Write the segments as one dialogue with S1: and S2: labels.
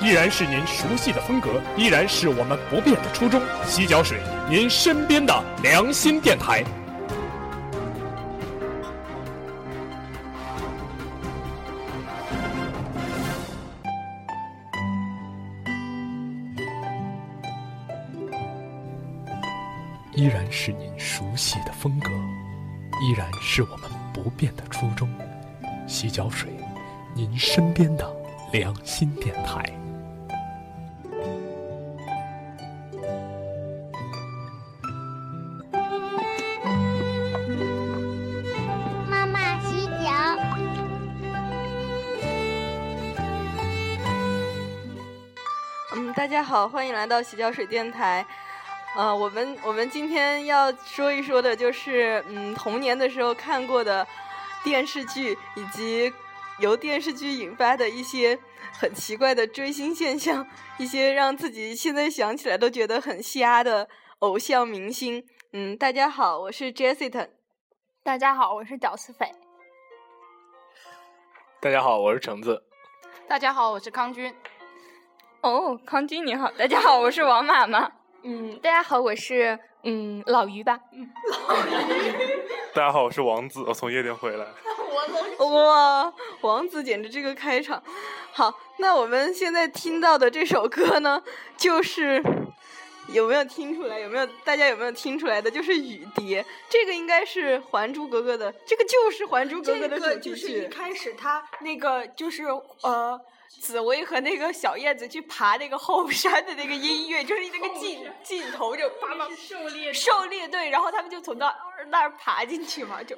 S1: 依然是您熟悉的风格，依然是我们不变的初衷。洗脚水，您身边的良心电台。依然是您熟悉的风格，依然是我们不变的初衷。洗脚水，您身边的良心电台。
S2: 妈妈洗脚。
S3: 嗯，大家好，欢迎来到洗脚水电台。呃，我们我们今天要说一说的就是，嗯，童年的时候看过的电视剧，以及由电视剧引发的一些很奇怪的追星现象，一些让自己现在想起来都觉得很瞎的偶像明星。嗯，大家好，我是 Jessica。
S4: 大家好，我是屌丝匪。
S1: 大家好，我是橙子。
S5: 大家好，我是康军。
S6: 哦，康君你好，大家好，我是王妈妈。嗯，大家好，我是嗯老于吧。
S7: 大家好，我是王子，我从夜店回来。
S3: 哇，王子简直这个开场！好，那我们现在听到的这首歌呢，就是有没有听出来？有没有大家有没有听出来的？就是《雨蝶》，这个应该是《还珠格格》的，这个就是《还珠格格》
S8: 这
S3: 的主
S8: 个就
S3: 题
S8: 是一
S3: 曲。
S8: 开始他那个就是呃，紫薇和那个小燕子去爬那个后山的那个音乐，就是那个镜镜头就叭叭狩猎狩猎队，然后他们就从那儿那儿爬进去嘛，就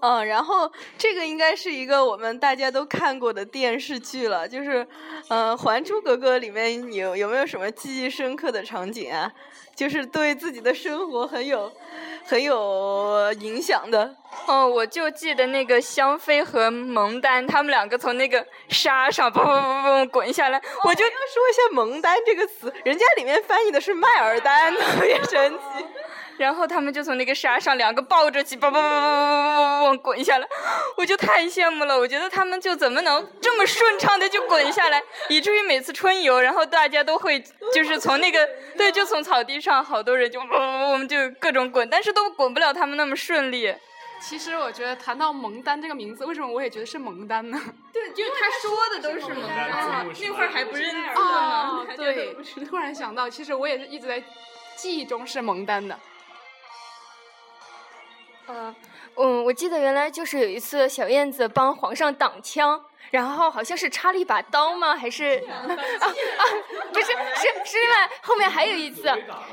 S3: 嗯，然后这个应该是一个我们大家都看过的电视剧了，就是，呃，《还珠格格》里面有有没有什么记忆深刻的场景啊？就是对自己的生活很有很有影响的。
S6: 哦，我就记得那个香妃和蒙丹，他们两个从那个沙上砰砰砰砰滚下来，
S3: 哦我就要说一下“蒙丹”这个词，人家里面翻译的是麦尔丹，特别神奇。
S6: 然后他们就从那个沙上两个抱着起，砰砰砰砰砰砰砰滚下来，我就太羡慕了。我觉得他们就怎么能这么顺畅的就滚下来，以至于每次春游，然后大家都会就是从那个对，就从草地上，好多人就砰砰砰砰就各种滚，但是都滚不了他们那么顺利。
S5: 其实我觉得谈到蒙丹这个名字，为什么我也觉得是蒙丹呢？
S6: 对，就是他说的都是蒙丹
S8: 啊
S7: 丹
S6: 那会儿还不认字
S5: 啊
S6: 呢，。
S5: 对，突然想到，其实我也是一直在记忆中是蒙丹的。
S6: 嗯，我我记得原来就是有一次小燕子帮皇上挡枪，然后好像是插了一把刀吗？还 是啊啊，不是是是另外后面还有一次，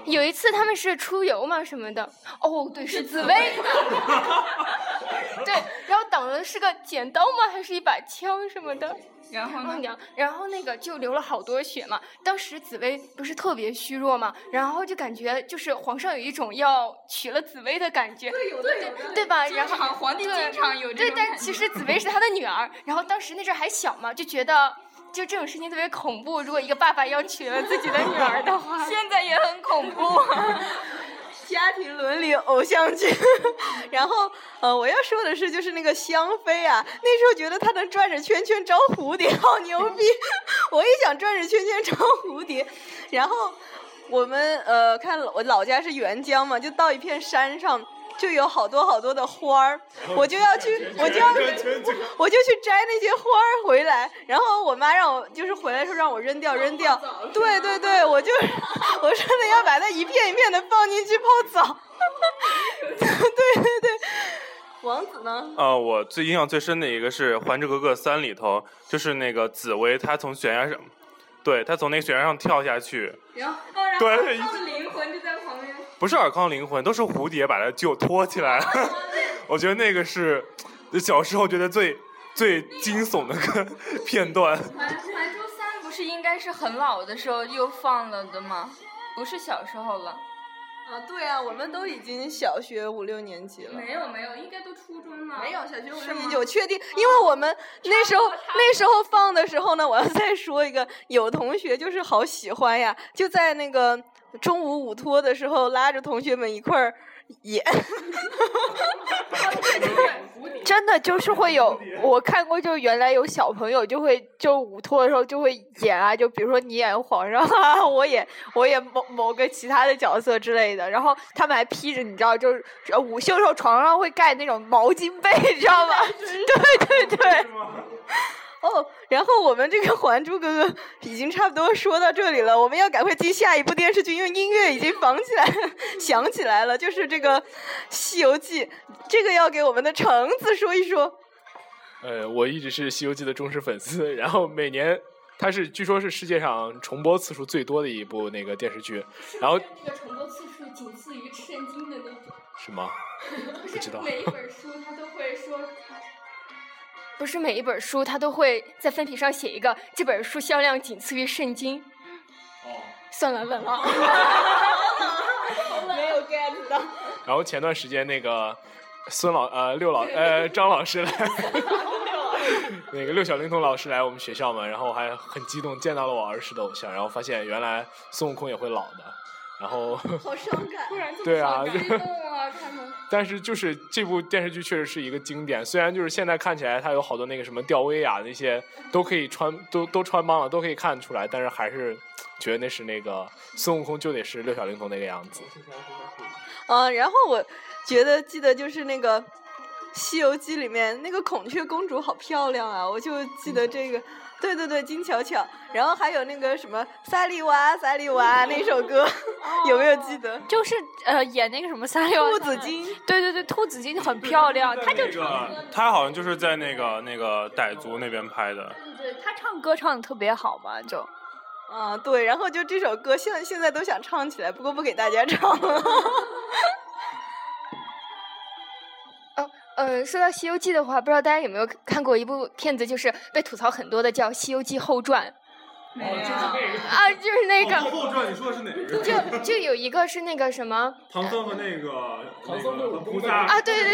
S6: 有一次他们是出游嘛什么的，哦对是紫薇， 对，然后挡的是个剪刀吗？还是一把枪什么的？
S5: 然后
S6: 后娘，然后那个就流了好多血嘛。当时紫薇不是特别虚弱嘛，然后就感觉就是皇上有一种要娶了紫薇的感觉，对对对吧？然后啊皇帝经常有对，但其实紫薇是他的女儿。然后当时那阵儿还小嘛，就觉得。就这种事情特别恐怖，如果一个爸爸要娶了自己的女儿的话，现在也很恐 怖。
S3: 家庭伦理偶像剧。然后，呃，我要说的是，就是那个香妃啊，那时候觉得她能转着圈圈招蝴蝶，好牛逼！我也想转着圈圈招蝴蝶。然后我们呃，看老我老家是沅江嘛，就到一片山上。就有好多好多的花儿，我就要去，我就要，我就去摘那些花儿回来。然后我妈让我，就是回来的时候让我扔掉，扔掉。对对对， 我就我真的要把它一片一片的放进去泡 澡。对对对，王子呢？
S7: 啊、我最印象最深的一个是《还珠格格三》里头，就是那个紫薇，她从悬崖上，对，她从那个悬崖上跳下去，
S6: 哦
S7: 然后，对，
S6: 灵魂就在旁边。 哦
S7: 不是尔康灵魂，都是蝴蝶把她救托起来。 我觉得那个是小时候觉得最最惊悚的个片段。
S6: 还还珠三不是应该是很老的时候又放了的吗？不是小时候了，
S3: 啊，对啊，我们都已经小学五六年级了。
S6: 有没有，应该都初中了。
S3: 没有小学五
S6: 是
S3: 六年
S6: 吗
S3: 级，我确定，因为我们那
S9: 哦
S3: 时候那时候放的时候呢，我要再说一个，有同学就是好喜欢呀，就在那个中午午托的时候，拉着同学们一块儿演，
S9: 真的就是会有，我看过，就原来有小朋友就会就午托的时候就会演啊，就比如说你演皇上啊，我演我演某某个其他的角色之类的，然后他们还披着，你知道，就是呃午休的时候床上会盖那种毛巾被，你知道吗？ 对对对。
S3: 哦，然后我们这个《还珠格格》已经差不多说到这里了，我们要赶快进下一部电视剧，因为音乐已 经绑起来了响起来了，就是这个《西游记》，这个要给我们的橙子说一说。
S7: 呃，我一直是《西游记》的忠实粉丝，然后每年它是据说是世界上重播次数最多的一部那个电视剧，然后
S6: 这个重播次数仅次于《吃圣经》的那种。
S7: 是吗？不知道。
S6: 每一本书它都会说。 不是每一本书，它都会在封皮上写一个这本书销量仅次于《圣经》。
S7: 哦，
S6: 算了，冷了。
S3: 没有 get 到。
S7: 然后前段时间那个孙老呃六老呃张老师来， 那个六小龄童老师来我们学校嘛，然后我还很激动，见到了我儿时的偶像，然后发现原来孙悟空也会老的，然后
S3: 好伤 感，
S6: 突然这
S7: 对
S6: 么
S7: 啊
S6: 伤感
S7: 就
S6: 激动啊，他们。
S7: 但是就是这部电视剧确实是一个经典，虽然就是现在看起来它有好多那个什么吊威亚那些都可以穿，都都穿帮了，都可以看出来，但是还是觉得那是那个孙悟空就得是六小龄童那个样子。
S3: 嗯，然后我觉得记得就是那个《西游记》里面那个孔雀公主好漂亮啊，我就记得这个，对对对，金巧巧，然后还有那个什么萨利娃萨利娃那首 歌，有没有记得？
S9: 就是呃，演那个什么
S6: 哎
S9: 三六
S3: 兔子，精，
S9: 对对对，兔子精很漂亮，她就
S10: 那个他好像就是在那个那个傣族那边拍的，
S9: 对她唱歌唱的特别好嘛，就
S3: 啊，对，然后就这首歌，现在现在都想唱起来，不过不给大家 唱了。
S6: 呃，说到《西游记》的话，不知道大家有没有看过一部片子，就是被吐槽很多的，叫《西游记后传
S10: 哦，就是》
S6: 啊，就是那个，
S7: 哦
S10: 后传，你说的是哪个？
S6: 就就有一个是那个什么
S10: 唐僧和那个唐僧和菩萨
S6: 啊对对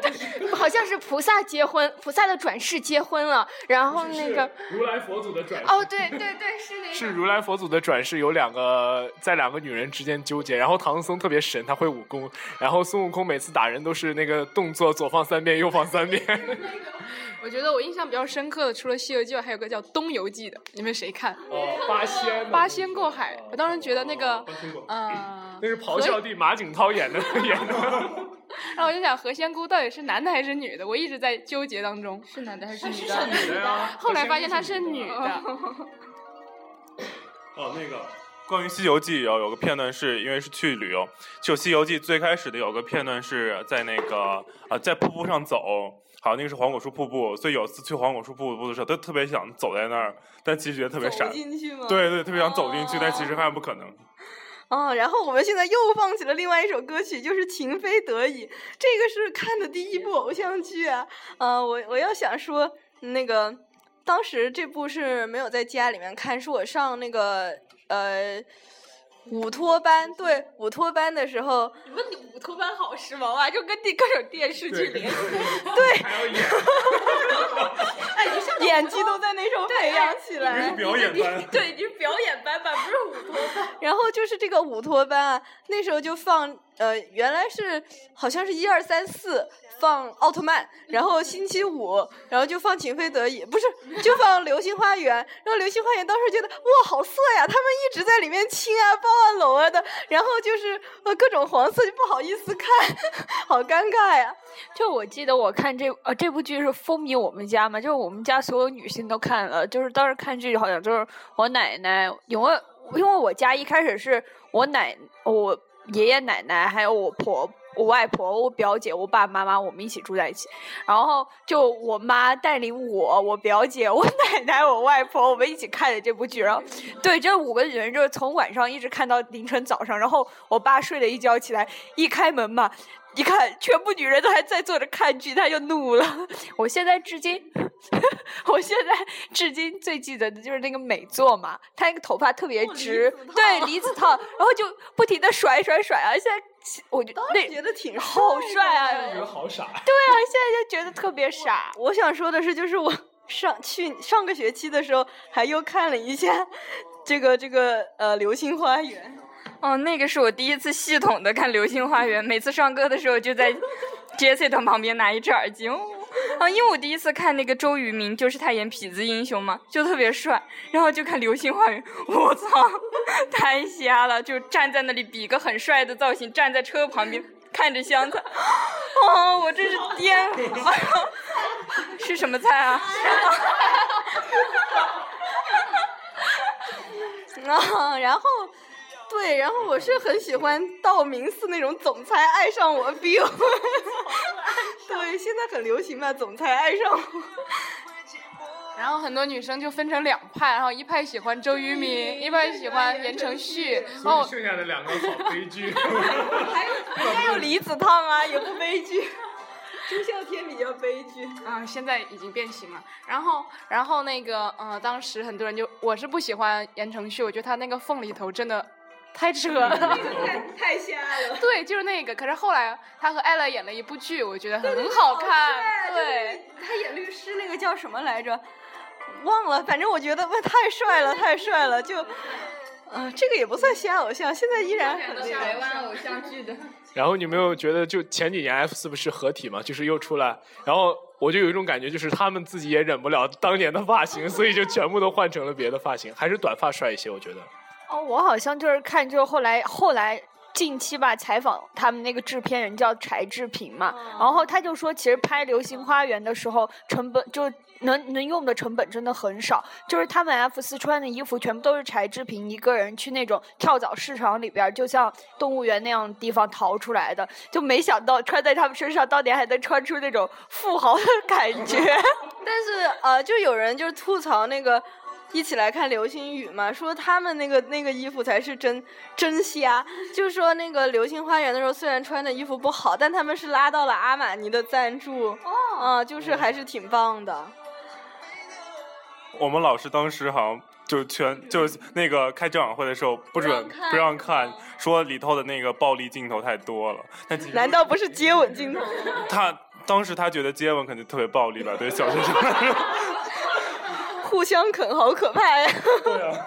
S6: 对 好像是菩萨结婚，菩萨的转世结婚了，然后那个，
S7: 如来佛祖的转
S6: 哦，对对对，是那个，
S7: 是如来佛祖的转世，有两个在两个女人之间纠结，然后唐僧特别神，他会武功，然后孙悟空每次打人都是那个动作左放三遍，右放三遍。
S5: 我觉得我印象比较深刻的，除了《西游记》，外，还有个叫《东游记》的，你们谁看？
S7: 哦，八仙，
S5: 八仙过海，我当时觉得那个，
S6: 嗯
S5: 呃，
S7: 那是咆哮帝马景涛演的 演的。
S5: 然后我就想何仙姑到底是男的还是女的，我一直在纠结当中。
S6: 是男的还是女
S5: 的
S6: 的？
S5: 后来发现她是女的，
S10: 哦，那个关于《西游记》有有个片段是因为是去旅游，就《西游记》最开始的有个片段是在那个呃在瀑布上走，好那个是黄果树瀑布，所以有次去黄果树瀑布的时候，都特别想走在那儿，但其实觉得特别
S3: 走
S10: 傻，
S3: 进去吗？。
S10: 对对，特别想走进去，但其实
S7: 哦
S10: 发现不可能。
S3: 啊，然后我们现在又放起了另外一首歌曲，就是《情非得已》，这个是看的第一部偶像剧啊。啊，我我要想说，那个当时这部是没有在家里面看，是我上那个呃午托班，对午托班的时候，
S8: 你们午托班好时髦啊，就跟第各种电视剧联系。哎，你上
S3: 演技都在那时候培养起来。
S10: 表演班，
S8: 对，哎你是表演班吧，不是午 托班。
S3: 然后就是这个午托班啊，那时候就放呃，原来是好像是一二三四放奥特曼，然后星期五，然后就放情非得已，不是就放流星花园。然后流星花园当时觉得哇好色呀，他们一直在里面亲啊、抱啊、搂啊的，然后就是呃各种黄色就不好意思看， 好尴尬呀。
S9: 就我记得我看这呃这部剧是风靡我们家嘛，就是我们家所有女性都看了，就是当时看剧好像就是我奶奶，因为因为我家一开始是我奶我爷爷奶奶还有我婆。我外婆、我表姐、我爸爸妈妈，我们一起住在一起。然后就我妈带领我、我表姐、我奶奶、我外婆，我们一起看的这部剧。然后，对这五个人就是从晚上一直看到凌晨早上。然后我爸睡了一觉起来，一开门嘛，一看全部女人都还在坐着看剧，他就怒了。 我现在至今， 我现在至今最记得的就是那个美作嘛，她那个头发特别直，对哦离子烫，然后就不停的甩甩甩啊。现在我就那
S3: 觉得挺
S9: 好帅啊！对
S7: 觉得好傻。
S9: 啊，现在就觉得特别傻。
S3: 我想说的是，就是我 上去上个学期的时候，还又看了一下这个这个呃《流星花园》。
S6: 哦，那个是我第一次系统的看《流星花园》，每次上课的时候就在 Jessie 他旁边拿一只耳机。 哦啊，因为我第一次看那个周渝民，就是他演痞子英雄嘛，就特别帅。然后就看《流星花园》，我操， 太瞎了！就站在那里比个很帅的造型，站在车旁边看着香菜。 哦，我真是颠覆！哎呦 是什么菜啊？
S5: 啊，然后，对，然后我是很喜欢道明寺那种总裁爱上我 feel，对，现在很流行嘛，总裁爱上我。
S11: 然后很多女生就分成两派，然后一派喜欢周渝民，一派喜欢言承旭。
S12: 所以
S11: 哦，
S12: 剩下的两个好悲剧。
S5: 应该有李子烫啊，也不悲 剧。朱孝天比较悲剧。
S11: 啊，现在已经变形了。然后，然后那个，呃，当时很多人就，我是不喜欢言承旭，我觉得他那个凤梨头真的太扯了。
S5: 太太瞎了。
S11: 对，就是那个。可是后来他和艾乐演了一部剧，我觉得很好看。
S5: 对，他演律师那个叫什么来着？忘了，反正我觉得哇，太帅了，太帅了，就。呃，这个也不算瞎偶像，现在依然很厉害。
S6: 偶像剧的。
S12: 然后你没有觉得，就前几年 F 四不是合体嘛，就是又出来，然后我就有一种感觉，就是他们自己也忍不了当年的发型，所以就全部都换成了别的发型，还是短发帅一些，我觉得。
S3: 哦，我好像就是看，就是后来后来近期吧，采访他们那个制片人叫柴智屏嘛，然后他就说，其实拍《流星花园》的时候，成本就能能用的成本真的很少，就是他们 F 四穿的衣服全部都是柴智屏一个人去那种跳蚤市场里边儿，就像动物园那样的地方淘出来的，就没想到穿在他们身上，当年还能穿出那种富豪的感觉。
S5: 但是呃，就有人就是吐槽那个。一起来看流星雨嘛，说他们那个那个衣服才是真真瞎。就说那个流星花园的时候，虽然穿的衣服不好，但他们是拉到了阿玛尼的赞助，
S11: 哦
S5: 啊、就是还是挺棒的。
S7: 我们老师当时好像就全就那个开家长会的时候不准不让看，说里头的那个暴力镜头太多了。但其实
S5: 难道不是接吻镜头？
S7: 他当时他觉得接吻肯定特别暴力吧？对小学生来说。
S5: 互相啃，好可怕呀！
S7: 对啊。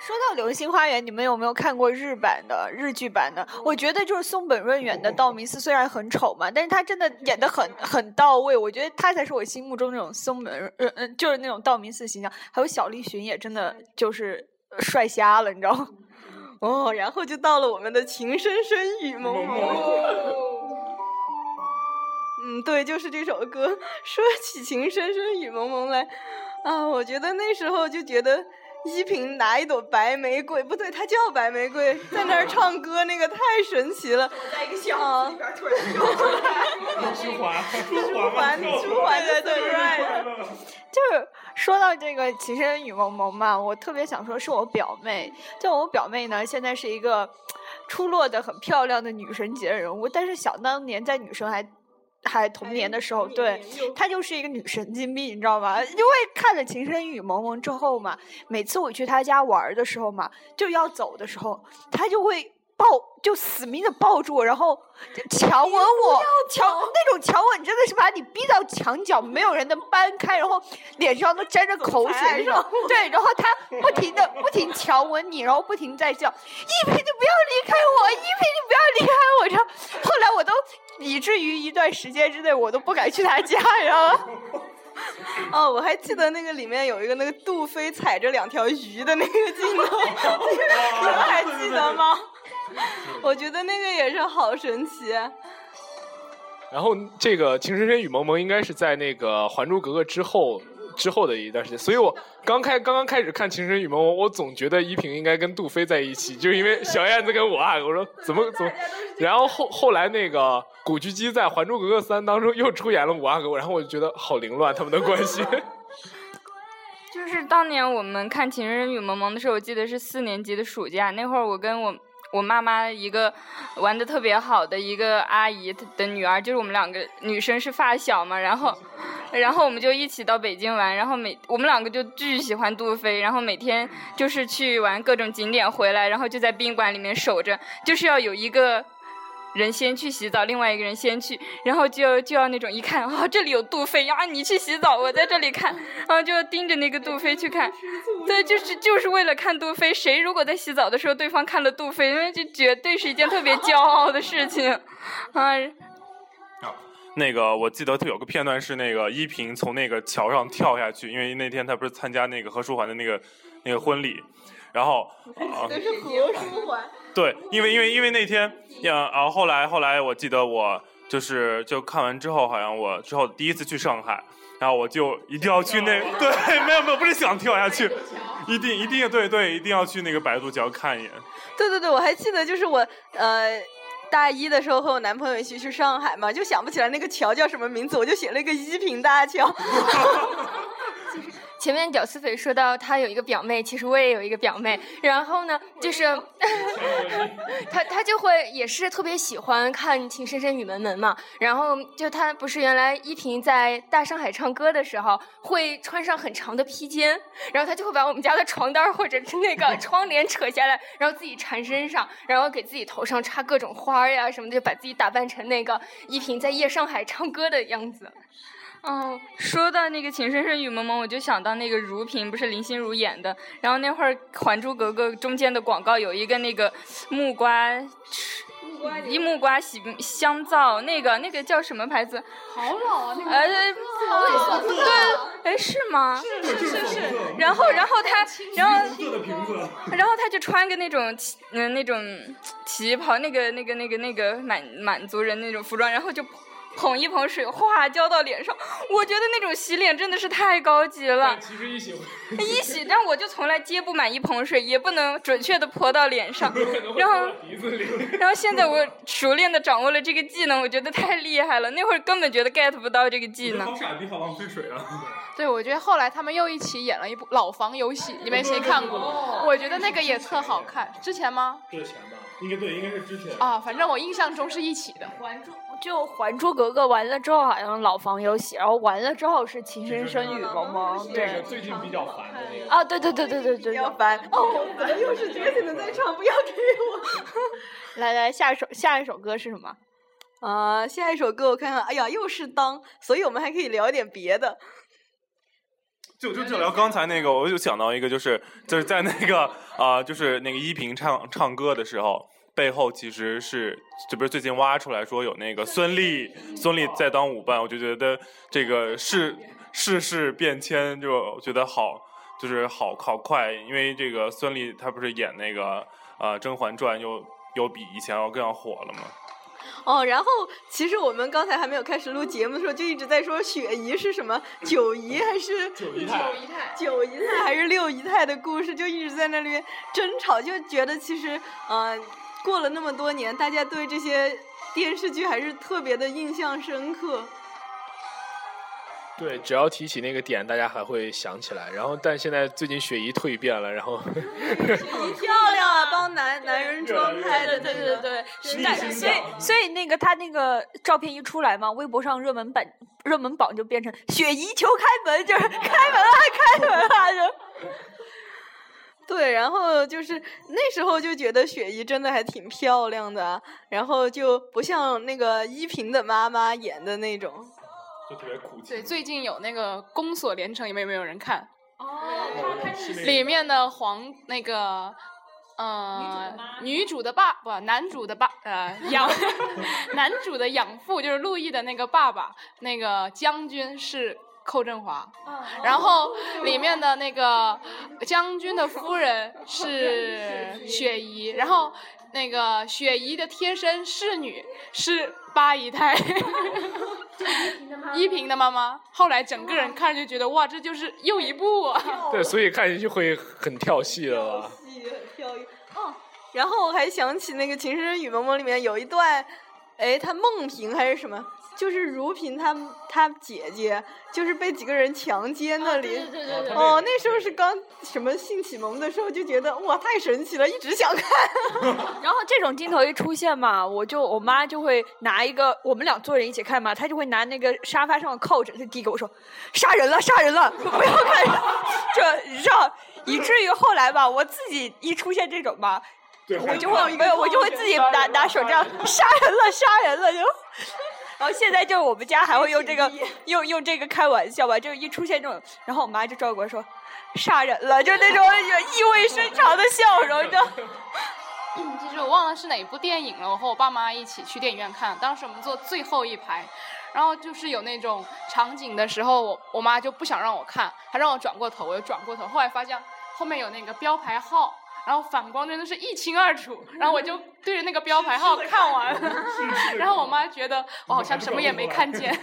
S3: 说到《流星花园》，你们有没有看过日版的日剧版
S5: 嗯
S3: 的？我觉得就是松本润演的道明寺虽然很丑嘛，但是他真的演的很很到位。我觉得他才是我心目中那种松本润，呃呃，就是那种道明寺形象。还有小栗旬也真的就是呃帅瞎了，你知道吗？
S5: 哦，然后就到了我们的情深深雨蒙蒙。 嗯，对，就是这首歌。说起情深深雨蒙蒙来，啊，我觉得那时候就觉得依萍拿一朵白玫瑰，不对，她叫白玫瑰，在那儿唱歌，那个太神奇了。
S13: 在一个箱子里边突然飘出 来，
S12: 舒华，
S13: 舒
S5: 华你舒华对对对
S3: 就是说到这个《情深雨蒙蒙》嘛，我特别想说是我表妹。就我表妹呢，现在是一个出落的很漂亮的女神级的人物，但是想当年在女神还。还童年的时候，对她就是一个女神经病，你知道吗？因为看了《情深雨蒙蒙》之后嘛，每次我去她家玩儿的时候嘛，就要走的时候，她就会抱，就死命的抱住我，然后强吻我，强那种强吻真的是把你逼到墙角，没有人能掰开，然后脸上都沾着口水那种。对，然后她不停的不停强吻你，然后不停在叫一萍，你不要离开我，一萍，你不要离开我。然后后来我都以至于一段时间之内我都不敢去他家，然后。
S5: 哦，我还记得那个里面有一个那个杜飞踩着两条鱼的那 个镜头，你们还记得吗？我觉得那个也是好神奇。
S12: 然后这个《情深深雨蒙蒙》应该是在那个《还珠格格》之后之后的一段时间，所以我刚开刚刚开始看《情深深雨蒙蒙》，我总觉得依萍应该跟杜飞在一起，就是因为小燕子跟我啊，我说怎么怎么，然后后后来那个古巨基在《还珠格格三》当中又出演了五阿哥，然后我就觉得好凌乱他们的关系。
S6: 就是当年我们看《情深深雨蒙蒙》的时候，我记得是四年级的暑假，那会儿我跟我我妈妈一个玩的特别好的一个阿姨的女儿，就是我们两个女生是发小嘛，然后，然后我们就一起到北京玩，然后每我们两个就巨喜欢杜飞，然后每天就是去玩各种景点回来，然后就在宾馆里面守着，就是要有一个人先去洗澡，另外一个人先去，然后就就要那种一看啊、这里有杜飞呀、你去洗澡，我在这里看，然后就盯着那个杜飞去看，对，就是就是为了看杜飞，谁如果在洗澡的时候对方看 了杜飞，那就绝对是一件特别骄傲的事情，啊，
S7: 啊 那个我记得有个片段是那个依萍从那个桥上跳下去，因为那天她不是参加那个何书桓的那个那个婚礼，然后啊、
S5: 这是何书桓。
S7: 对，因为因为因为那天，呀，然后后来后来我记得我就是就看完之后，好像我之后第一次去上海，然后我就一定要去那 对，没有没有，不是想跳下去，一定一定对对，一定要去那个百渡桥看一眼。
S5: 对对对，我还记得，就是我呃大一的时候和我男朋友一起去上海嘛，就想不起来那个桥叫什么名字，我就写了一个依萍 大桥。
S8: 前面屌丝匪说到他有一个表妹，其实我也有一个表妹。然后呢，就是他他就会也是特别喜欢看《情深深雨蒙蒙》嘛。然后就他不是原来依萍在大上海唱歌的时候，会穿上很长的披肩，然后他就会把我们家的床单儿或者是那个窗帘扯下来，然后自己缠身上，然后给自己头上插各种花儿呀什么的，就把自己打扮成那个依萍在夜上海唱歌的样子。
S6: 嗯，说到那个《情深深雨蒙蒙》，我就想到那个如萍，不是林心如演的。然后那会儿《还珠格格》中间的广告有一个那个木瓜，一木瓜洗香皂，那个那个叫什么牌子？
S11: 好老啊，那个
S6: 呃，
S11: 好老啊
S6: 对，哎，是吗？
S11: 是是是是。
S6: 然后，然后他，然后，
S12: 色的瓶子，
S6: 然后他就穿个那种旗，嗯、那种旗袍，那个那个那个那个满满族人那种服装，然后就捧一捧水，哗浇到脸上。我觉得那种洗脸真的是太高级了， 哎
S12: 其实一起。
S6: 一洗，但我就从来接不满一盆水，也不能准确的泼到脸上然后，
S12: 鼻子里。
S6: 然后现在我熟练的掌握了这个技能，我觉得太厉害了。那会儿根本觉得 get 不到这个技能
S7: 好。傻逼，好浪费水啊！
S11: 对，我觉得后来他们又一起演了一部《老房有喜》，你们谁看过？我觉得那个也特好看。之前吗？
S12: 之前吧，应该对，应该是之前。
S11: 啊，反正我印象中是一起的。还珠
S3: 就《还珠格格》完了之后，好像老房有喜，然后完了之后是《情深深雨蒙蒙》
S12: 那个
S3: 对。
S12: 最近比较烦的那个。
S3: 啊，对对对对对对，要
S5: 翻哦，怎么又是 Jason 在唱？不要给我！
S3: 来来，下一首下一首歌是什么？
S5: 啊、下一首歌我看看，哎呀，又是当，所以我们还可以聊一点别的。
S7: 就就就聊刚才那个，我就想到一个，就是就是在那个啊、就是那个依萍唱唱歌的时候，背后其实是这不是最近挖出来说有那个孙俪，孙俪在当舞伴，我就觉得这个世世事变迁，就我觉得好，就是好好快，因为这个孙俪她不是演那个呃《甄嬛传》又又比以前要更要火了嘛。
S5: 哦，然后其实我们刚才还没有开始录节目的时候，就一直在说雪姨是什么九姨还是九姨
S12: 太
S5: 九姨太还是六姨太的故事，就一直在那里面争吵，就觉得其实嗯、呃过了那么多年，大家对这些电视剧还是特别的印象深刻。
S12: 对，只要提起那个点，大家还会想起来。然后，但现在最近雪姨蜕变了，然后
S5: 漂亮啊，帮男男人装
S3: 对
S5: 开的，
S3: 对
S5: 对
S3: 对
S5: 对
S3: 对
S5: 对，
S3: 对，但 所以所以那个他那个照片一出来嘛，微博上热门版热门榜就变成雪姨求开门，就是开门啊，
S5: 开门啊！就对，然后就是那时候就觉得雪姨真的还挺漂亮的，啊然后就不像那个依萍的妈妈演的那种。
S12: 就特别苦
S11: 对，最近有那个《宫锁连城》，你们有没有人看？
S12: 哦，
S11: 里面的皇那个。呃，女主的爸不，男主的爸呃养， 男主的养父就是陆毅的那个爸爸，那个将军是寇振华，然后里面的那个将军的夫人 是雪姨，然后那个雪姨的贴身侍女是八姨 太，依萍的妈妈。后来整个人看着就觉得哇，这就是又一部啊！
S12: 对，所以看进去会很跳戏了吧？
S5: 跳跃哦，然后我还想起那个《情深深雨蒙蒙》里面有一段，哎，她梦萍还是什么，就是如萍她她姐姐，就是被几个人强奸那里。
S3: 对对对对对
S5: 哦，那时候是刚什么性启蒙的时候，就觉得哇太神奇了，一直想看。
S3: 然后这种镜头一出现嘛，我就我妈就会拿一个，我们俩坐人一起看嘛，她就会拿那个沙发上的靠枕就递给我说：“杀人了，杀人了，不要看。这”你知道，以至于后来吧，我自己一出现这种吧，
S12: 对
S3: 我就
S5: 还有
S3: 会
S5: 一
S3: 没
S5: 个
S3: 有，我就会
S5: 靠
S3: 自
S5: 枕
S3: 己
S5: 杀人
S3: 拿
S5: 了
S3: 拿手这样杀人了，杀人了就。然后现在就是我们家还会用这个用用这个开玩笑吧，就是一出现这种，然后我妈就照顾我说：“杀人了”，就那种有意味深长的笑容，就。
S11: 其实我忘了是哪部电影了，我和我爸妈一起去电影院看，当时我们坐最后一排，然后就是有那种场景的时候，我我妈就不想让我看，她让我转过头，我就转过头。后来发现后面有那个标牌号，然后反光真的是一清二楚，然后我就对着那个标牌号看完了， 然后我妈觉得我好像什么也没看见。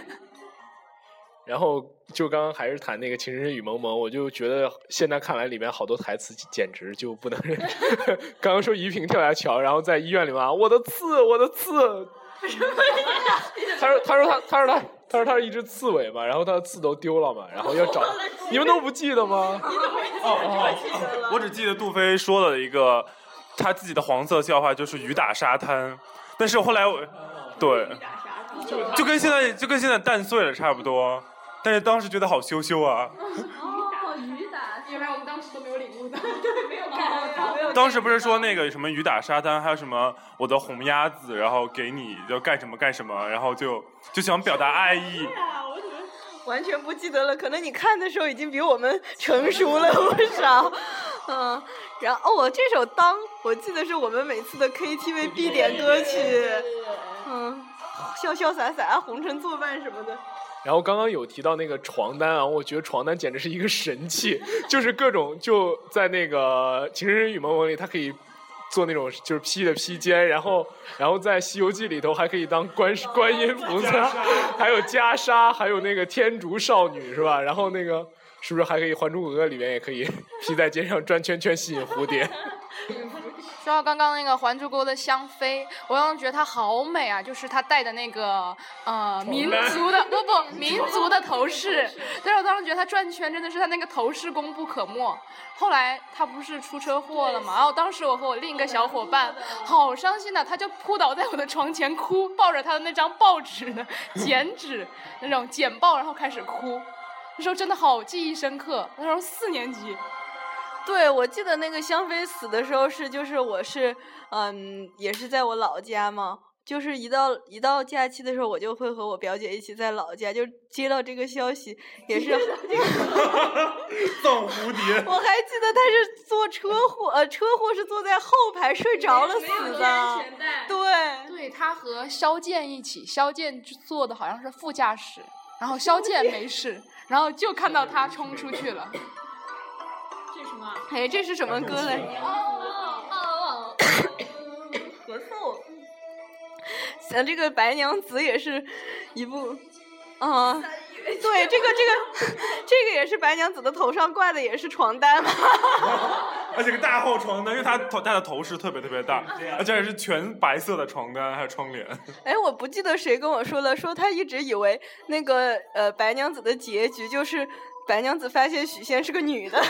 S12: 然后就刚刚还是谈那个《情深雨蒙蒙》，我就觉得现在看来里面好多台词简直就不能 忍。刚刚说怡萍跳下桥，然后在医院里面啊，我的刺，我的刺。他说他说他他说他他说他是一只刺猬嘛，然后他的刺都丢了嘛，然后要找，你们都不记得吗？
S7: 我只记得杜飞说了一个他自己的黄色笑话，就是雨打沙滩。但是后来我，对，就跟现在就跟现在蛋碎了差不多。但是当时觉得好羞羞啊，
S13: 哦，雨打，原来我们当时都没有领悟到，对，没有看 到，没有
S7: 当时不是说那个什么雨打沙滩，还有什么我的红鸭子，然后给你就干什么干什么，然后就就想表达爱意。
S5: 完全不记得了，可能你看的时候已经比我们成熟了不少。嗯，然后我、哦、这首《当》，我记得是我们每次的 KTV 必点歌曲。嗯，潇潇洒洒，红尘作伴什么的。
S12: 然后刚刚有提到那个床单啊，我觉得床单简直是一个神器，就是各种就在那个《情深雨蒙蒙》里，它可以做那种就是披的披肩，然后然后在《西游记》里头还可以当观世观音菩萨，还有袈裟，还有那个天竺少女是吧？然后那个是不是还可以《还珠格格》里面也可以 披在肩上转圈圈吸引蝴蝶？
S11: 说到刚刚那个《还珠格格》的香妃，我当时觉得她好美啊，就是她戴的那个呃民族的不不民族的头饰，但是我当时觉得她转圈真的是她那个头饰功不可没。后来她不是出车祸了嘛，然后当时我和我另一个小伙伴好伤心呐、她就扑倒在我的床前哭，抱着她的那张报纸呢，剪纸那种剪报，然后开始哭。那时候真的好记忆深刻，那时候四年级。
S5: 对，我记得那个香妃死的时候是，就是我是，嗯，也是在我老家嘛，就是一到一到假期的时候，我就会和我表姐一起在老家，就接到这个消息，也是，
S7: 造蝴蝶。
S5: 我还记得她是坐车祸，呃，车祸是坐在后排睡着了死的，对，
S11: 对他和肖剑一起，肖剑坐的好像是副驾驶，然后肖剑没事，然后就看到他冲出去了。
S5: 哎，这是什么歌来？哦哦哦！咳嗽。像这个《白娘子》也是一部，啊、嗯，对，这个这个这个也是白娘子的头上挂的也是床单嘛。
S7: 而且个大厚床单，因为她头她的头饰特别特别大，而且是全白色的床单，还有窗帘。
S5: 哎，我不记得谁跟我说了，说他一直以为那个呃白娘子的结局就是。白娘子发现许仙是个女的，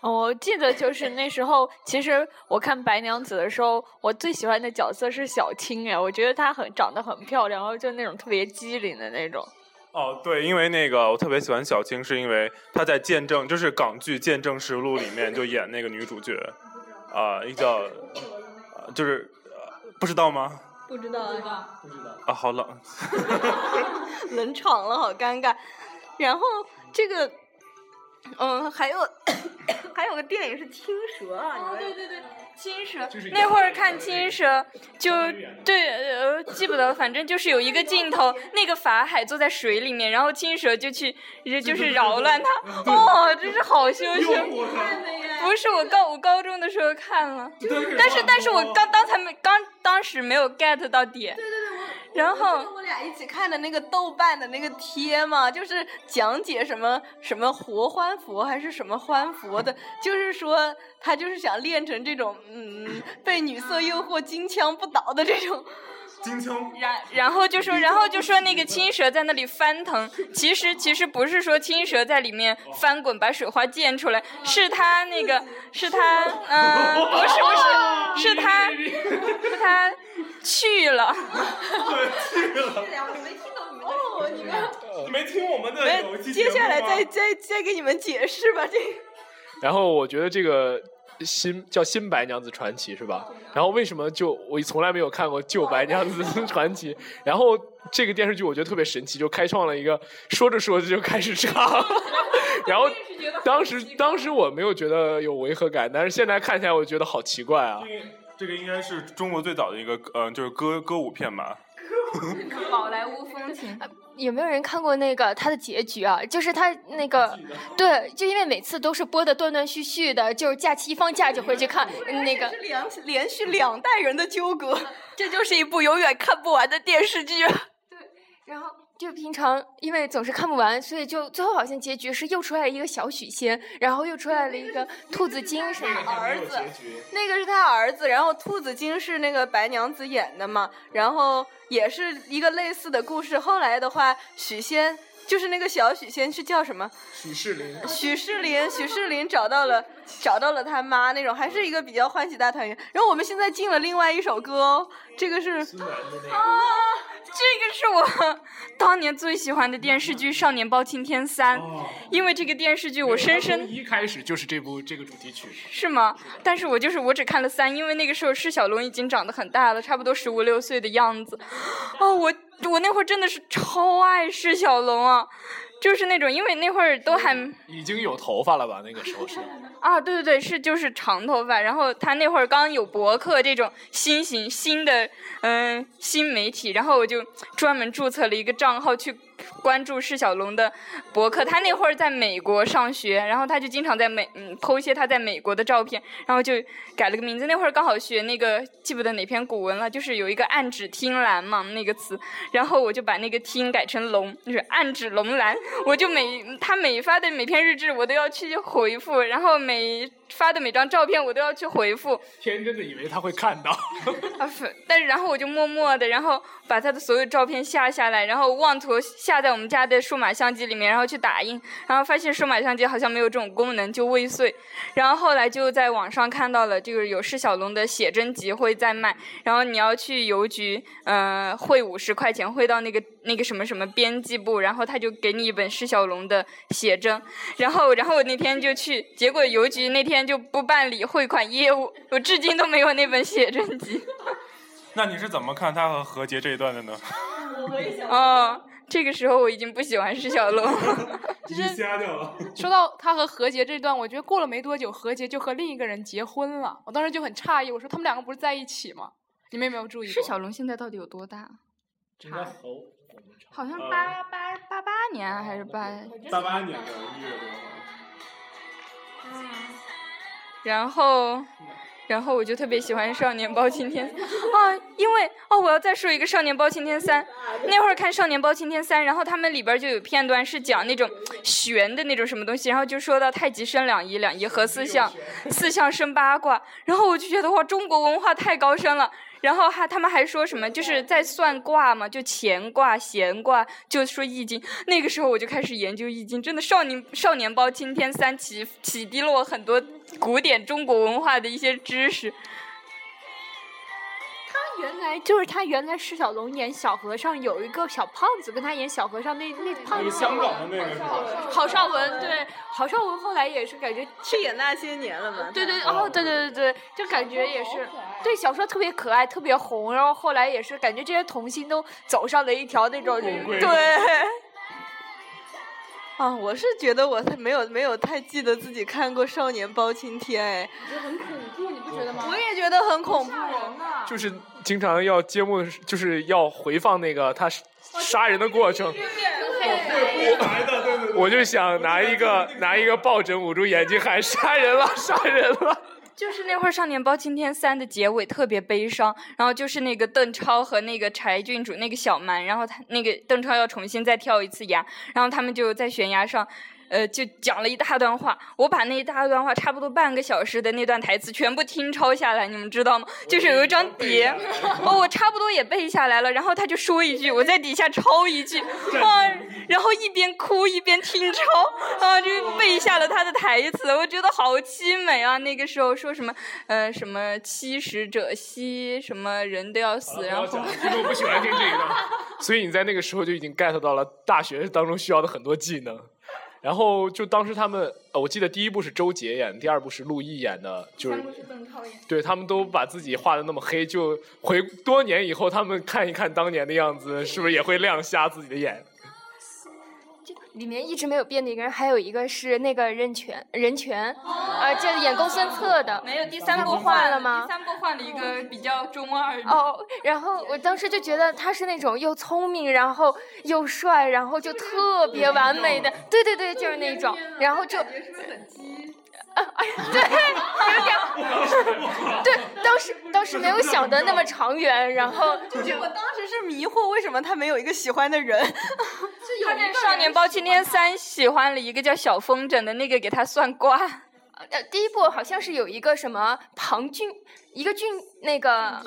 S3: 我记得就是那时候，其实我看白娘子的时候，我最喜欢的角色是小青哎，我觉得她很长得很漂亮，然后就那种特别机灵的那种。
S7: 哦，对，因为那个我特别喜欢小青，是因为她在《见证》就是港剧《见证实录》里面就演那个女主角，啊、呃，一叫、呃，就是、呃、不知道吗？
S5: 不知道啊，
S7: 不知道啊，好冷，
S5: 冷场了，好尴尬。然后这个，嗯，还有还有个电影是《青蛇》啊，
S13: 哦，对对对，《青蛇》
S6: 那会儿看《青蛇》就对呃记不得，反正就是有一个镜头，那个法海坐在水里面，然后青蛇就去就是扰乱他，哦，真是好羞羞。不是我高我高中的时候看了，但是但是我刚刚才没刚当时没有 get 到点。
S13: 对对对，
S6: 然后
S5: 我俩一起看的那个豆瓣的那个贴嘛，就是讲解什么什么活欢佛还是什么欢佛的，就是说他就是想练成这种嗯被女色诱惑金枪不倒的这种。
S7: 金枪。
S6: 然然后就说，然后就说那个青蛇在那里翻腾，其实其实不是说青蛇在里面翻滚把水花溅出来，是他那个是他嗯、呃、不是不是是他是他去了。
S7: 对，去了。
S13: 你没听懂你们哦，
S7: 你们你没听我们的有一
S5: 接下来再再再给你们解释吧这个。
S12: 然后我觉得这个。新叫《新白娘子传奇》是吧？然后为什么就我从来没有看过《旧白娘子 传奇》？然后这个电视剧我觉得特别神奇，就开创了一个说着说着就开始唱。 然后当时当时我没有觉得有违和感，但是现在看起来我觉得好奇怪啊。
S7: 这个应该是中国最早的一个，嗯、就是歌歌舞片吧。
S6: 宝莱坞风情。
S8: 有没有人看过那个他的结局啊？就是他那个，对，就因为每次都是播的断断续续的，就是假期一放假就回去看那个。
S5: 是两连续两代人的纠葛，这就是一部永远看不完的电视剧。
S8: 然后就平常因为总是看不完，所以就最后好像结局是又出来一个小许仙，然后又出来了一个兔子精什么
S13: 儿子
S12: 局
S5: 那个是他儿子，然后兔子精是那个白娘子演的嘛，然后也是一个类似的故事。后来的话，许仙就是那个小许仙是叫什么？
S12: 许世林。
S5: 许世林，许世林找到了找到了他妈那种，还是一个比较欢喜大团圆。然后我们现在进了另外一首歌哦，这个是
S6: 啊，这个是我当年最喜欢的电视剧《少年包青天三》，因为这个电视剧我深深
S12: 从一开始就是这部这个主题曲。
S6: 是吗？但是我就是我只看了三，因为那个时候释小龙已经长得很大了，差不多十五六岁的样子。哦，我我那会儿真的是超爱释小龙啊，就是那种因为那会儿都还
S12: 已经有头发了吧？那个时候是。
S6: 啊，对对对，是就是长头发，然后他那会儿刚有博客这种新型新的嗯、新媒体，然后我就专门注册了一个账号去关注释小龙的博客。他那会儿在美国上学，然后他就经常在美嗯剖一些他在美国的照片，然后就改了个名字。那会儿刚好学那个记不得哪篇古文了，就是有一个暗指听兰嘛那个词，然后我就把那个听改成龙，就是暗指龙兰。我就每他每发的每篇日志我都要去回复，然后每发的每张照片我都要去回复。
S12: 天真的以为他会看到，
S6: 啊，不但是然后我就默默的，然后把他的所有照片下下来，然后妄图下在我们家的数码相机里面，然后去打印，然后发现数码相机好像没有这种功能，就未遂。然后后来就在网上看到了，就是有释小龙的写真集会在卖，然后你要去邮局，呃，汇五十块钱，汇到那个那个什么什么编辑部，然后他就给你一本释小龙的写真，然后然后我那天就去，结果邮局那天就不办理汇款业务，我至今都没有那本写真集。
S7: 那你是怎么看他和何洁这一段的呢？
S6: 哦，这个时候我已经不喜欢释小龙了。
S12: 瞎掉了。
S11: 说到他和何洁这段，我觉得过了没多久，何洁就和另一个人结婚了。我当时就很诧异，我说他们两个不是在一起吗？你们有没有注意过？
S6: 释小龙现在到底有多大？
S12: 真的猴。
S6: 好
S13: 嗯
S6: 像八八八八年啊还是八？
S12: 八八年的一月多号。
S6: 然后，然后我就特别喜欢《少年包青天》啊，因为哦，我要再说一个《少年包青天三》，那会儿看《少年包青天三》，然后他们里边就有片段是讲那种玄的那种什么东西，然后就说到太极生两仪，两仪合四象，四象生八卦，然后我就觉得哇，中国文化太高深了。然后还他们还说什么，就是在算卦嘛，就乾卦、闲卦，就说易经。那个时候我就开始研究易经，真的少年少年包青天三起启迪了我很多古典中国文化的一些知识。
S13: 他原来就是他原来释小龙演小和尚有一个小胖子跟他演小和尚那嗯那胖子
S7: 香港的那个是吧？
S13: 郝邵文对郝邵文后来也是感觉
S5: 是演那些年了嘛？
S13: 对对哦对对对对，就感觉也是对小时候特别可爱特别红，然后后来也是感觉这些童星都走上了一条那种
S12: 贵
S5: 对。啊，我是觉得我没有没有太记得自己看过《少年包青天》哎，
S11: 很恐怖，你不觉得吗？
S5: 我也觉得很恐怖。
S12: 就是经常要揭幕，就是要回放那个他杀人的过程。我就想拿一个拿一个抱枕捂住眼睛喊杀人了，杀人了。
S6: 就是那会儿《少年包青天三》的结尾特别悲伤，然后就是那个邓超和那个柴郡主那个小蛮，然后他那个邓超要重新再跳一次崖，然后他们就在悬崖上，呃，就讲了一大段话。我把那一大段话差不多半个小时的那段台词全部听抄下来，你们知道吗？就是有一张碟，哦，我差不多也背下来了。然后他就说一句，我在底下抄一句，啊，然后一边哭一边听抄，啊，就背下了他的台词。我觉得好凄美啊！那个时候说什么，呃，什么七十者稀，什么人都要死，然后
S12: 听众不喜欢听这一段，所以你在那个时候就已经 get 到了大学当中需要的很多技能。然后就当时他们，呃我记得第一部是周杰演，第二部是陆毅演的，就是
S6: 邓超演。
S12: 对他们都把自己画的那么黑，就回多年以后他们看一看当年的样子，是不是也会亮瞎自己的眼？
S8: 里面一直没有变的一个人，还有一个是那个任泉，任泉，
S6: 哦
S8: 呃，这演公孙策的。
S6: 没有第三
S8: 部
S6: 波
S8: 换
S6: 换
S8: 了吗
S6: 第三波换了一个比较中二的。
S8: 哦，然后我当时就觉得他是那种又聪明，然后又帅，然后就特别完美的，对对对，就是那种，然后就， 哎对，有点儿，对，当时当时没有想的那么长远，然 后
S5: 就是我当时是迷惑，为什么他没有一个喜欢的人？
S6: 他在少年包青天三喜欢了一个叫小风筝的那个，给他算卦。
S8: 呃，第一部好像是有一个什么庞俊，一个俊那个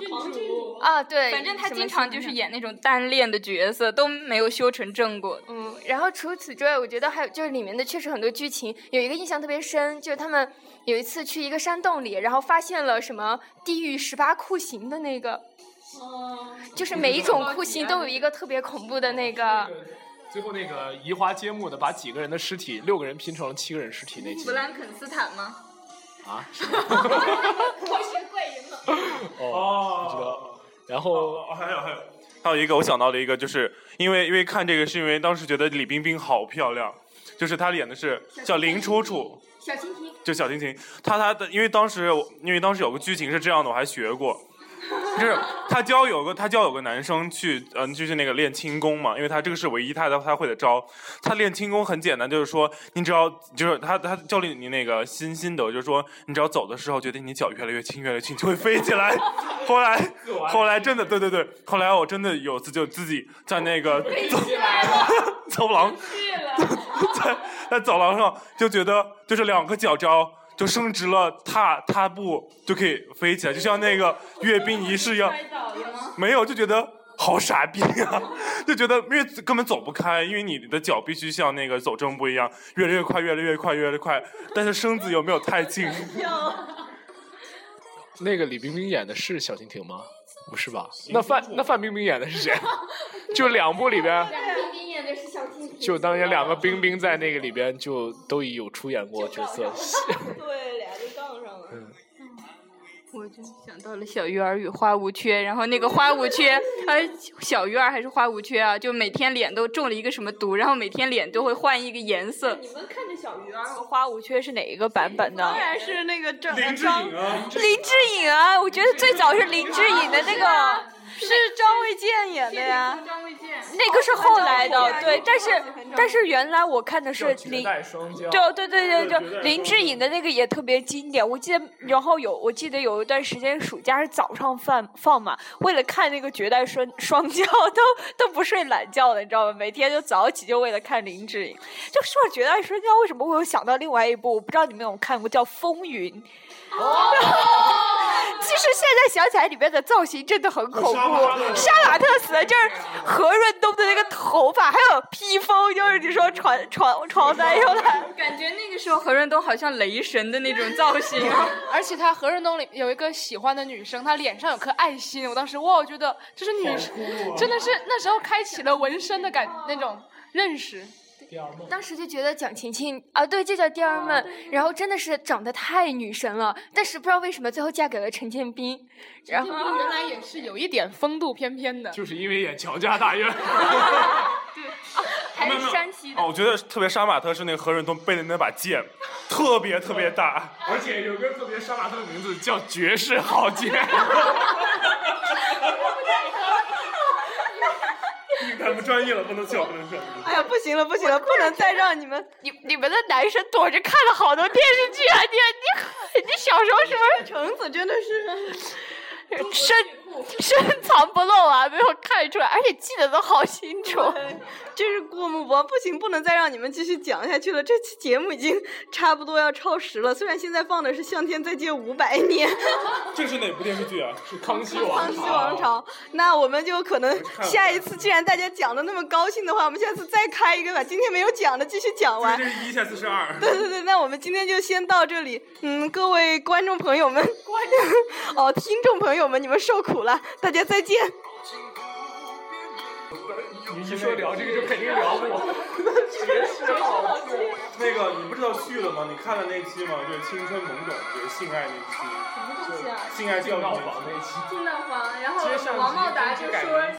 S8: 啊，对，
S6: 反正他
S8: 什么
S6: 经常
S8: 俊
S6: 就是
S8: 俊
S6: 演那种单恋的角色，都没有修成正果。
S8: 嗯，然后除此之外，我觉得还有就是里面的确实很多剧情有一个印象特别深，就是他们有一次去一个山洞里，然后发现了什么地狱十八酷刑的那个，就是每一种酷刑都有一个特别恐怖的那个。
S12: 最后那个移花接木的，把几个人的尸体，六个人拼成了七个人尸体那集
S6: 弗兰肯斯坦吗？
S12: 啊，
S6: 我是桂林了。
S12: 哦，不知道。然后
S7: 哦还有还有还有一个，我想到了一个，就是因为因为看这个是因为当时觉得李冰冰好漂亮，就是她演的是叫林楚楚，
S8: 小蜻蜓，
S7: 就小婷婷，她她的因为当时我因为当时有个剧情是这样的，我还学过。就是她教有个她教有个男生去，嗯、就是那个练轻功嘛，因为她这个是唯一她的她会的招。她练轻功很简单，就是说你只要就是她她教练你那个心心得，就是说你只要走的时候，觉得你脚越来越轻越来越轻，就会飞起来。后来后来真的对对对，后来我真的有次就自己在那个走 走廊 在在走廊上就觉得就是两个脚招就伸直了踏踏步就可以飞起来，就像那个阅兵仪式一样。没有就觉得好傻逼啊，就觉得因为根本走不开，因为你的脚必须像那个走正步一样，越来越快，越来越快，越来越快。但是身子有没有太近？
S12: 那个李冰冰演的是小婷婷吗？不是吧？那范那范冰冰演的是谁？ 就两部里边，
S8: 冰冰演的是小蜻蜓
S12: 就当年两个冰冰在那个里边就都有出演过角色。
S5: 对，俩就杠上了。
S6: 我就想到了小鱼儿与花无缺，然后那个花无 缺，呃，小鱼儿还是花无缺啊，就每天脸都中了一个什么毒，然后每天脸都会换一个颜色。
S13: 你们看着小鱼儿，
S3: 花无缺是哪一个版本的？
S5: 当然是那个郑
S7: 林志
S5: 张
S7: 颖啊，
S3: 林志颖
S6: 哎
S3: 啊，我觉得最早是林志颖的那
S5: 是啊
S3: 个，
S5: 是张卫健演 的呀。
S6: 张卫健
S3: 那个是后来的，对，但是
S6: 哦很早
S3: 但是原来我看的是林。
S12: 双骄
S3: 对对对对
S12: 对
S3: 对，
S12: 对
S3: 林志颖的那个也特别经典。我记得，然后有我记得有一段时间暑假是早上放放嘛，为了看那个《绝代双双骄》都都不睡懒觉的，你知道吗？每天就早起就为了看林志颖。就说到《绝代双骄》，为什么我有想到另外一部？我不知道你们有没有看过叫《风云》。 其实现在想起来，里面的造型真的很恐怖。杀马特死的就是何润东的那个头发，还有披风，就是你说床床床单又来。
S6: 感觉那个时候何润东好像雷神的那种造型。啊
S11: 而且他何润东里有一个喜欢的女生，他脸上有颗爱心，我当时哇，我觉得这是女生，真的是那时候开启了纹身的感那种认识。
S8: 当时就觉得蒋勤勤啊，对，这叫第二梦。然后真的是长得太女神了，但是不知道为什么最后嫁给了陈建斌。然后
S11: 原来也是有一点风度翩翩的，
S12: 就是因为演乔家大院。
S8: 还是山西的
S7: 哦，我觉得特别杀马特是那个何润东背的那把剑，特别特别 大。
S12: 而且有个特别杀马特的名字叫绝世豪杰。
S7: 太不专业了，不能笑，不能笑。
S5: 哎呀，不行了，不行了，不能再让你们
S3: 你你们的男生躲着看了好多电视剧啊！你你你小时候是不
S5: 橙子真的是，
S3: 是 深深藏不露啊？没有看出来，而且记得都好清楚。
S5: 真是过目不忘。不行，不能再让你们继续讲下去了。这期节目已经差不多要超时了。虽然现在放的是《向天再借五百年》
S7: 这是哪部电视剧啊？
S12: 是康熙
S5: 《
S12: 王
S5: 康熙王朝》，那我们就可能下一次，既然大家讲的那么高兴的话，我们下次再开一个吧。今天没有讲的继续讲完。
S7: 这是一下四十二。
S5: 对对对，那我们今天就先到这里。嗯，各位观众朋友们，观众 哦，听众朋友们，你们受苦了，大家再见。
S12: 你一说聊这个就肯定聊我。
S7: 那个你不知道续了吗？你看了那期吗？就是青春懵懂，就是性爱那期。什么东西啊？性爱教育
S12: 敬
S7: 那
S12: 老
S7: 期
S12: 房那期。
S6: 进到房，然
S12: 接上集就改名